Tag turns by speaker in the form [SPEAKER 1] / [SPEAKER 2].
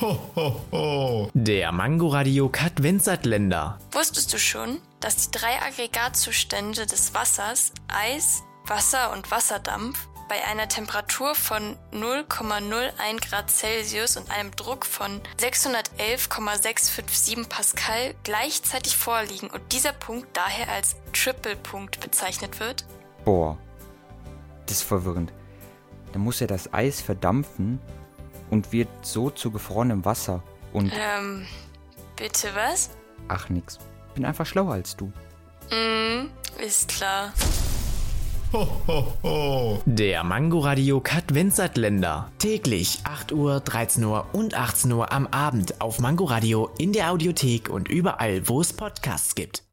[SPEAKER 1] Ho, ho, ho. Der Mangoradiokat Kat Wenzertländer.
[SPEAKER 2] Wusstest du schon, dass die drei Aggregatzustände des Wassers, Eis, Wasser und Wasserdampf bei einer Temperatur von 0,01 Grad Celsius und einem Druck von 611,657 Pascal gleichzeitig vorliegen und dieser Punkt daher als Triple-Punkt bezeichnet wird?
[SPEAKER 3] Boah, das ist verwirrend. Da muss ja das Eis verdampfen und wird so zu gefrorenem Wasser und...
[SPEAKER 2] Ähm, bitte was?
[SPEAKER 3] Ach nix, bin einfach schlauer als du.
[SPEAKER 2] Mm, ist klar.
[SPEAKER 1] Ho, ho, ho. Der Mangoradio Kat Wenzertländer.
[SPEAKER 4] Täglich 8 Uhr, 13 Uhr und 18 Uhr am Abend auf Mangoradio in der Audiothek und überall, wo es Podcasts gibt.